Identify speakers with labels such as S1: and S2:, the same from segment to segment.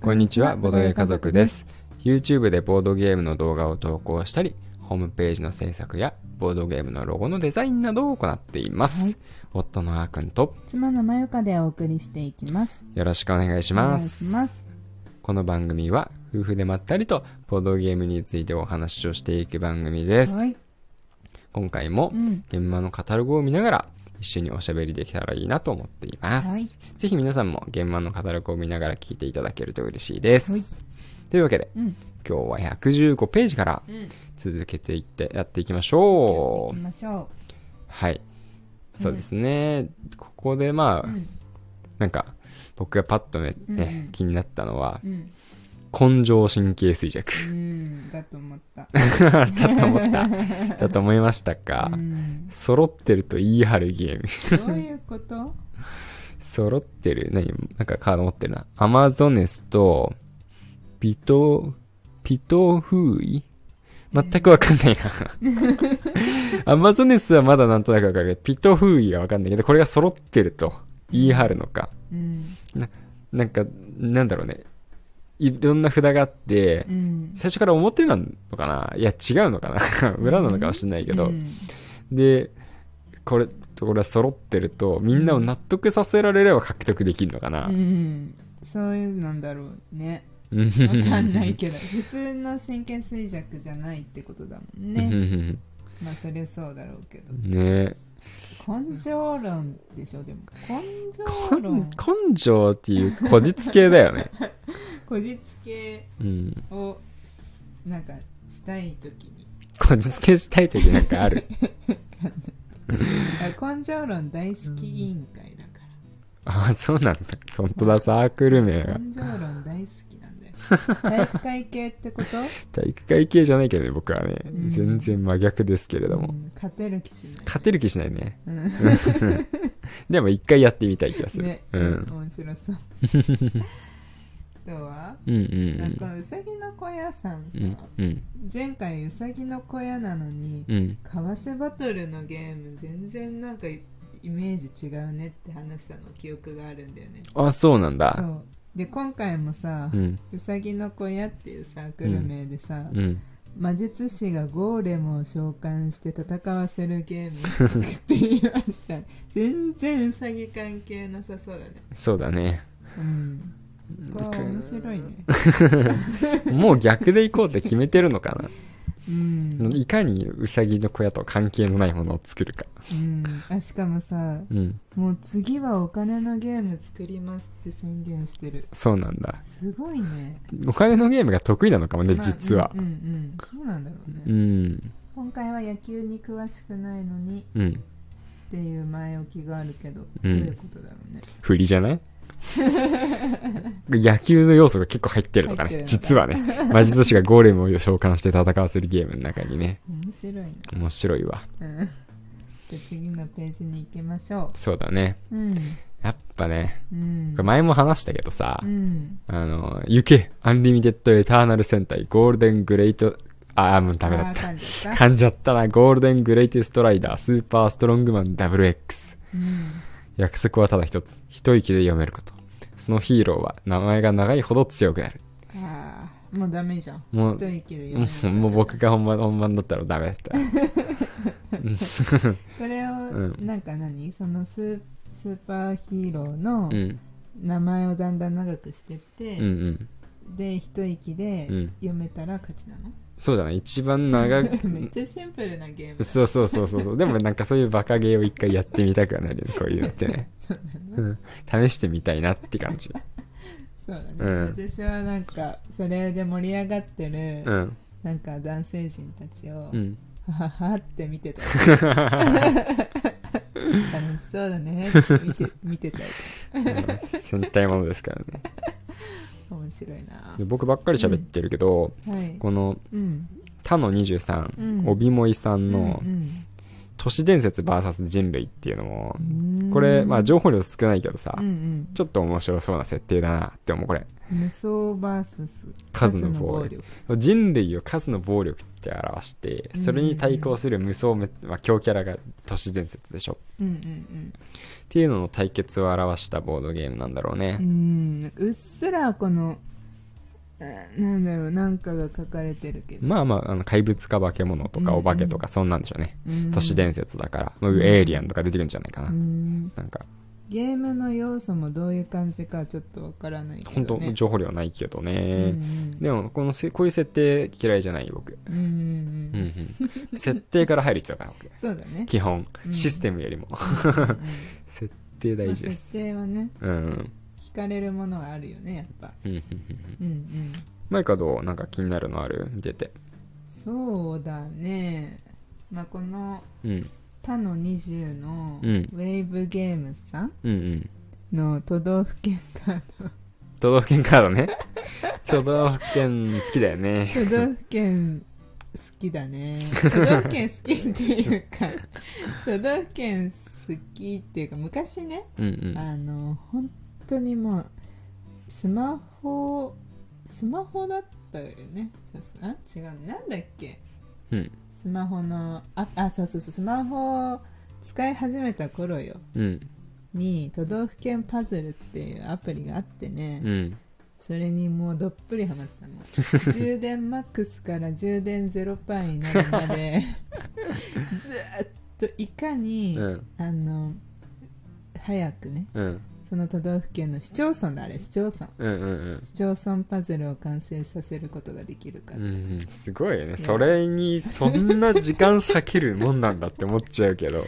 S1: こんにちは、ボドゲ家族です。YouTube でボードゲームの動画を投稿したり、ホームページの制作やボードゲームのロゴのデザインなどを行っています。
S2: はい
S1: 夫のあーくんと
S2: 妻のまゆかでお送りしていきます。
S1: よろしくお願いし
S2: お
S1: ま
S2: 願い
S1: す。
S2: します。
S1: この番組は夫婦でまったりとボードゲームについてお話をしていく番組です。
S2: はい。
S1: 今回も
S2: うん。
S1: 現場のカタログを見ながら一緒におしゃべりできたらいいなと思っています、
S2: はい
S1: ぜひ皆さんも現場のカタログを見ながら聞いていただけると嬉しいです、
S2: はい
S1: というわけで
S2: うん。
S1: 今日は115ページから
S2: うん。
S1: 続けていってやっていきまし
S2: 行
S1: ょ
S2: き
S1: う
S2: ましょ
S1: はいそうですね、ここでま
S2: う。
S1: あ、
S2: うん。
S1: なんか僕がパッとね、ね
S2: うん
S1: 気になったのは
S2: うん。
S1: 根性神経衰弱
S2: うん。だと思った。
S1: だと思った だと思いましたか、
S2: うん。
S1: 揃ってると言い張るゲーム
S2: どういうこと
S1: 揃ってる何なんかカード持ってるな。アマゾネスと、ピト、ピトフーイ全くわかん ないな。アマゾネスはまだなんとなくわかるけど、ピトフーイがわかんないけど、これが揃ってると言い張るのか。
S2: うん。
S1: なんか、なんだろうね。いろんな札があって
S2: う、ん。
S1: 最初から表なのかないや、違うのかな 裏なのかもしれないけ
S2: う
S1: ど。
S2: ん
S1: で、これとこれは揃ってると、みんなを納得させられれば獲得できるのかな。
S2: うん。そういうなんだろう ね。
S1: わ
S2: わかんないけど。普通の神経衰弱じゃないってことだもんね。
S1: ね。
S2: まあ、そりゃそうだろうけど。
S1: ね
S2: 根性論でしょ、でも。 根性論。
S1: 根性っていうこじつけだよね。
S2: こじつけ。
S1: うん。
S2: をなんかしたい時に
S1: こじつけしたい時なんかある。
S2: あ根性論大好き委員会だか
S1: ああ、そうなんだ。本当だ、サークル名
S2: ら、
S1: が。
S2: 根性論大好きなんだ よ体育会系ってこと
S1: 体育会系じゃないけどね、僕はね。
S2: うん
S1: 全然真逆ですけれど
S2: う
S1: も。
S2: ん勝てる気しない
S1: 勝てる気しないね。
S2: うん
S1: でも一回やってみたい気がする
S2: ね。、
S1: うん。
S2: 面白 そうあとは、
S1: うんう
S2: なん
S1: ん
S2: かうさぎの小屋さんさ、
S1: うん。うんうん
S2: 前回うさぎの小屋なのに、
S1: うん。
S2: 為替バトルのゲーム全然なんかイメージ違うねって話したの記憶があるんだよね
S1: あ、そうなん
S2: そ
S1: だ。
S2: うで今回もさ、
S1: うん。
S2: うさぎの小屋っていうサークル名でさ、
S1: うん。
S2: 魔術師がゴーレムを召喚して戦わせるゲームを作ってみました 全然うさぎ関係なさそうだね
S1: そうだね。
S2: うんこれ面白いね
S1: もう逆でいこうって決めてるのかな。
S2: うん、
S1: いかにウサギの小屋と関係のないものを作るか。
S2: うん、あしかもさ
S1: うん。
S2: もう次はお金のゲーム作りますって宣言してる
S1: そうなんだ。
S2: すごいね
S1: お金のゲームが得意なのかもね、
S2: まあ
S1: 実は
S2: うん。うん、うんそうなんだろうね、
S1: うん。
S2: 今回は野球に詳しくないのに
S1: うん。
S2: っていう前置きがあるけど、
S1: うん
S2: どういうことだろうね
S1: 振りじゃない 野球の要素が結構入ってるとか
S2: 入
S1: ね。
S2: ってるのか
S1: 実はね。魔術師がゴーレムを召喚して戦わせるゲームの中にね。
S2: 面白いな、
S1: 面白いわ。
S2: うん、じゃあ次のページに行きましょ
S1: そうだね。
S2: ううん
S1: やっぱね、
S2: うん
S1: これ前も話したけどさ、
S2: うん
S1: あの、行けアンリミテッドエターナル戦隊ゴールデングレイト、ああ、もうダメだ
S2: あ
S1: っ
S2: ー
S1: た。
S2: 感じですか
S1: 噛んじゃったな。ゴールデングレイテストライダー、スーパーストロングマン WX。
S2: うん
S1: 約束はただ一つ。一息で読めること。そのヒーローは名前が長いほど強くなる。
S2: ああもうダメじゃん
S1: もう
S2: 一息で読め
S1: も
S2: なかっ
S1: うもう僕
S2: た
S1: が本番、本番だったらダメだった。
S2: これを、
S1: う
S2: なんか何そのスースーパーヒーローの
S1: うん。
S2: 名前をだんだん長くしてっ
S1: う
S2: て、
S1: んうん。
S2: で一息で
S1: うん
S2: 読めたら勝ちな の、
S1: そうだな、一番長
S2: めっ
S1: く。
S2: ちゃシンプルな ゲーム
S1: そうそうそうそうそう。でもなんかそういうバカゲーを一回やってみたくはなるよね、こういうのってね。うん試してみたいなって感じ。
S2: そうだね、
S1: う
S2: 私はなんかそれで盛り上がってる、
S1: うん。
S2: なんか男性陣たちを、
S1: うん。
S2: はははって見てた 楽しそうだねって見て見てたよ
S1: うん戦隊ものですからね。
S2: 面白いな
S1: で僕ばっかり喋ってるけど、
S2: はい
S1: この
S2: うん
S1: 他の23、
S2: うん
S1: 帯萌さんの
S2: うん
S1: 「都市伝説 VS 人類」っていうのも
S2: う、ん
S1: これ、まあ、情報量少ないけどさ、
S2: うんうん
S1: ちょっと面白そうな設定だなって思うこれ
S2: 無双バーサス
S1: 数の暴力人類を数の暴力って表してそれに対抗する無双め、まあ、強キャラが都市伝説でしょ
S2: うんうん
S1: っていうのの対決を表したボードゲームなんだろう
S2: う
S1: ね
S2: んうんうっすらこのあなんだろうなんかが書かれてるけど、
S1: まあまあ、あの怪物か化け物とか
S2: うん
S1: お化けとかそんなんでしょうね。
S2: うん
S1: 都市伝説だから、まあ、エイリアンとか出てくるんじゃないかな。
S2: うん
S1: なんか、
S2: ゲームの要素もどういう感じかちょっとわからないけ
S1: 本
S2: ど、
S1: 当
S2: ね、
S1: 情報量ないけど
S2: うん
S1: ね。でも、このせ、こういう設定嫌いじゃない僕。
S2: うんうんうん
S1: う
S2: うん
S1: うんん。設定から入る必要かな、 僕。
S2: そうだね
S1: 基本
S2: う。ん
S1: システムより も。
S2: うんうん
S1: 設定
S2: ま
S1: 大
S2: あ
S1: 事です。
S2: 設定はね
S1: うん。うん
S2: 聞かれるものはあるよねやっぱ
S1: うんうん。
S2: うんうん
S1: マイカどうなんか気になるのある見てて。
S2: そうだねまあこの
S1: うん。
S2: 他の20のウ
S1: うん
S2: ェーブゲームさん
S1: うんうん。
S2: の都道府 県カード
S1: 都道府県カードね。 都道府県好きだよね。
S2: 都道府県好きだね都道府県好きっていう か都道府県好きっていうか昔ね
S1: うんうん。
S2: あの本当にもうスマホスマホだったよねそうそうあ違うなんだっけ
S1: うん。
S2: スマホのああそうそうそうスマホを使い始めた頃よ
S1: うん。
S2: に都道府県パズルっていうアプリがあってね、
S1: うん。
S2: それにもうどっぷりハマってたの 充電マックスから充電ゼロパーになるま でずーっといかに、
S1: うん
S2: あの早くね
S1: うん。
S2: その都道府県の市町村だあれ市町村
S1: うんうんうん
S2: 市町村パズルを完成させることができるか
S1: う
S2: ら、
S1: ん。すごいよね。それに、そんな時間避けるもんなんだって思っちゃうけど。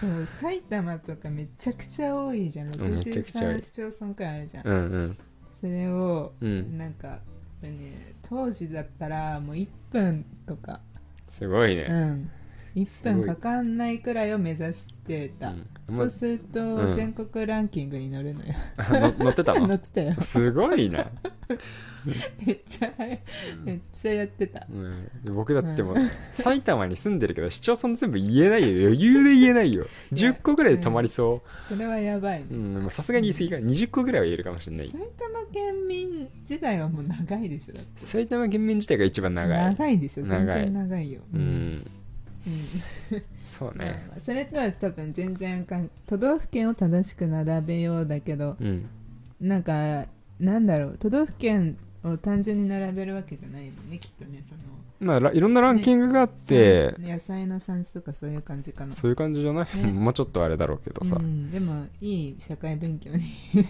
S2: そう埼玉とかめちゃくちゃ多いじゃん
S1: うんめちゃくちゃ多
S2: 63
S1: い
S2: 市町村くらいあるじゃん、
S1: うんうん。
S2: それを、
S1: うん
S2: なんか、ね、当時だったらもう1分とか、
S1: すごいうね。
S2: ん、1
S1: すご
S2: 分
S1: い
S2: かかんないくらいを目指して
S1: う
S2: た、
S1: ん。
S2: そ
S1: ま
S2: うすると、
S1: うん
S2: 全国ランキングに乗るのよ
S1: の乗ってた
S2: 乗
S1: の
S2: ってたよ
S1: すごいな。
S2: めっちゃ早いめっちゃやってた
S1: うん、僕だってもう埼玉に住んでるけど市町村全部言えないよ余裕で言えないよ10個ぐらいで止まりそ
S2: それはやばいね
S1: ううんもうさすがに言い過ぎか20個ぐらいは言えるかもしれない
S2: 埼玉県民時代はもう長いでしょだって
S1: 埼玉県民自体が一番長い
S2: でしょ全
S1: 長い
S2: 然長いよ
S1: う、ん
S2: うん
S1: そう
S2: まあ
S1: ね
S2: まあそれとは多分全然かん都道府県を正しく並べようだけど
S1: うん
S2: なんかなんだろう都道府県を単純に並べるわけじゃないもんねきっとねその
S1: まあらいろんなランキングがあって、
S2: 野菜の産地とかそういう感じかな
S1: そういう感じじゃない、
S2: ね
S1: もうちょっとあれだろうけどさ
S2: う、ん、でもいい社会勉強に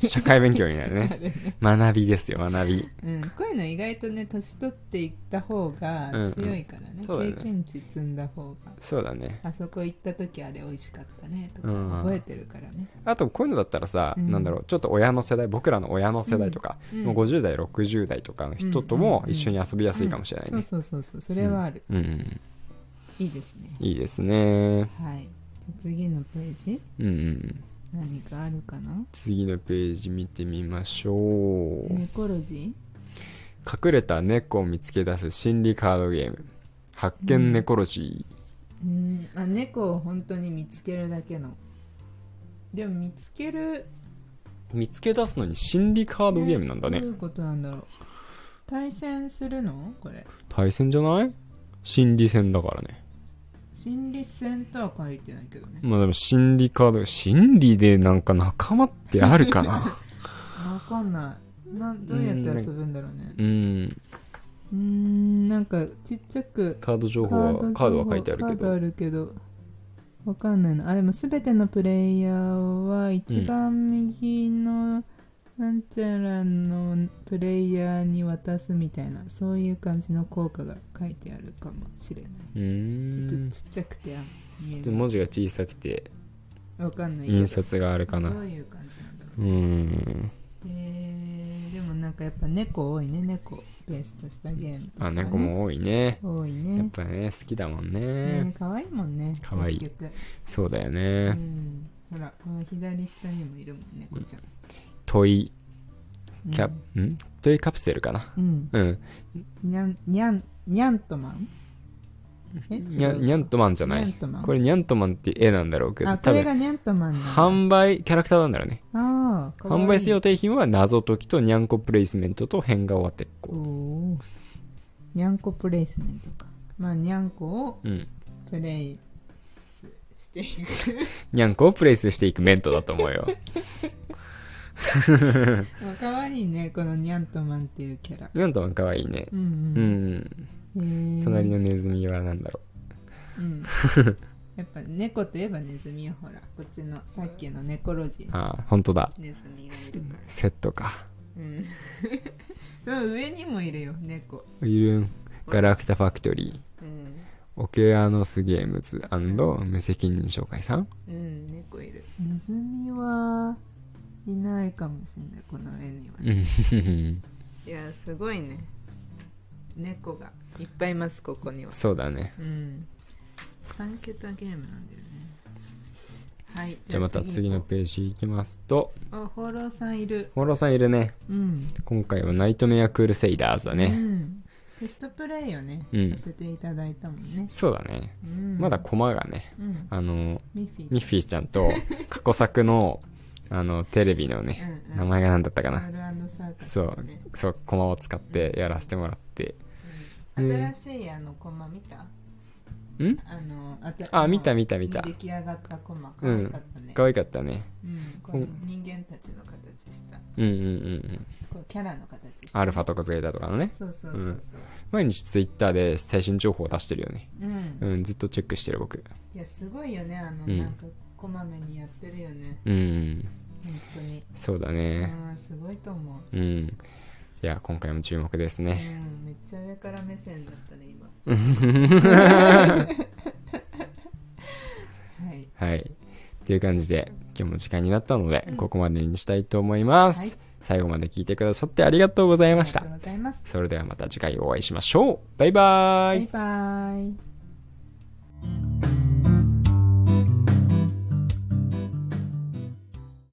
S1: 社会勉強になる
S2: な
S1: ね
S2: るね、
S1: 学びですよ学び
S2: うん、こういうの意外とね年取っていった方が強いからね,、
S1: うんそうだね
S2: 経験値積んだ方が
S1: そうだね
S2: あそこ行った時あれ美味しかったねとか
S1: うん
S2: 覚えてるからね、
S1: あとこういうのだったらさ、
S2: うん
S1: なんだろうちょっと親の世代僕らの親の世代とか、
S2: うん
S1: もう50代60代とかの人とも一緒に遊びやすいかもしれないね、
S2: そうそうそうそうそれはある、
S1: うんうん、
S2: いいですね
S1: いいですね。
S2: はい次のページ
S1: うんうん。
S2: 何かあるかな
S1: 次のページ見てみましょう。
S2: ネコロジ
S1: 隠れた猫を見つけ出す心理カードゲーム。発見ネコロジー。
S2: ーうんあ猫を本当に見つけるだけのでも見つける
S1: 見つけ出すのに心理カードゲームなんだ
S2: どう
S1: ね
S2: い。うことなんだろう対戦するのこれ
S1: 対戦じゃない心理戦だからね。
S2: 心理戦とは書いてないけどね
S1: まあでも心理カード、心理でなんか仲間ってあるか な
S2: わかんないなんどうやって遊ぶんだろうね
S1: うん。
S2: うーんなんかちっちゃく
S1: カード情報は、カードは書いてあるけ
S2: カードあ
S1: ど。
S2: るけどわかんないなあでも全てのプレイヤーは一番右のなんちゃらのプレイヤーに渡すみたいなそういう感じの効果が書いてあるかもしれないうちょっと
S1: ん。
S2: ちっちゃくてあ見え
S1: ちょっと
S2: ない
S1: 文字が小さくて、
S2: わかんないけど
S1: 印刷があれかな
S2: ど。ういう感じなんだろ
S1: う
S2: う、
S1: ん。
S2: えーでもなんかやっぱ猫多いね猫をベースとしたゲームとか
S1: あ、
S2: ね
S1: 猫も多いね。
S2: 多い
S1: やっ
S2: ね
S1: ぱね、好きだもんね。
S2: ね可愛いもんね
S1: 可愛い
S2: 結局
S1: そうだよ
S2: う
S1: ね。
S2: んほらこの左下にもいるもんねこちゃん、
S1: 問い、
S2: うん、
S1: キャ、ん問いカプセルかな。
S2: うん
S1: うん。
S2: にゃんにゃんにゃんとマンえ
S1: にゃにゃんとマンじゃな
S2: にゃん
S1: い
S2: とマン。
S1: これにゃんとマンって絵なんだろうけど、
S2: あ
S1: 多
S2: これ
S1: 分、
S2: がにゃんとマンなんだ
S1: 販売、キャラクターなんだろうね。
S2: ああ
S1: 販売する予定品は謎解きとにゃんこプレイスメントと変顔当てっ
S2: お
S1: こ。
S2: おーにゃんこプレイスメントかまあにゃんこを
S1: うん。
S2: プレイしていく
S1: にゃんこをプレイスしていくメントだと思うよ。
S2: まあ可愛いねこのニャントマンっていうキャラ
S1: ニャントマン可愛いね。
S2: うん
S1: う
S2: うん、
S1: ん。
S2: へー
S1: 隣のネズミは何だろ
S2: うん やっぱ猫といえばネズミよほらこっちのさっきのネコロジー
S1: う。
S2: の
S1: ああ、本当だ。
S2: ネズミがい
S1: セ
S2: るから
S1: セットか。
S2: うん その上にもいるよ猫
S1: イルン・ガラクタ・ファクトリー。
S2: うん
S1: オケアノスゲームズ無責任紹介さん
S2: うん猫いるネズミはいないかもしれないこの絵には、
S1: うん
S2: いやすごいね猫がいっぱいいますここには
S1: そうだね。
S2: うん3桁ゲームなんだよねはい
S1: じゃあまた次の
S2: に
S1: ページ行きますと、
S2: あホーローさんいる
S1: ホロさんいるね。
S2: うん
S1: 今回はナイトメア・クールセイダーズだ
S2: う
S1: ね。
S2: ん、テストプレイをね、
S1: うん
S2: させていただいたもんね、
S1: そうだね。
S2: うん、
S1: まだ、コマがね、
S2: うん、
S1: あの、
S2: ミッフィー
S1: ミッフィーちゃんと過去作 の、あの、テレビのね、
S2: うんうん
S1: 名前が何だったかな。
S2: ソウルサーカス
S1: そ
S2: と
S1: う
S2: かね、
S1: そう、コマを使ってやらせてもらって。
S2: うん
S1: ね
S2: 新しいあのコマ見た
S1: ん
S2: あのあた
S1: あ、見た見た見た
S2: 出。来上がったコマ可
S1: う
S2: 愛
S1: ん
S2: かったね、
S1: 可愛かったね。
S2: うんこの人間たちの形した
S1: うんうんうんうん。
S2: こうキャラの形した
S1: アルファとかベータとかのね。
S2: そうそうそうそう
S1: 毎日ツイッターで最新情報を出してるよね。
S2: うん、
S1: うん、ずっとチェックしてる僕。
S2: いやすごいよねあの、
S1: うん
S2: なんかこまめにやってるよね
S1: うん、
S2: 本当に、
S1: そうだ
S2: う
S1: ね。
S2: んすごいと思う
S1: うん。いや、今回も注目ですね。
S2: うん、めっちゃ上から目線だったね今はい
S1: はい。っていう感じで、今日も時間になったので、ここまでにしたいと思います。
S2: はい
S1: 最後まで聞いてくださってありがとうございました
S2: あり。がとうございます
S1: それではまた次回お会いしましょう。バイバーイ。
S2: バイバイ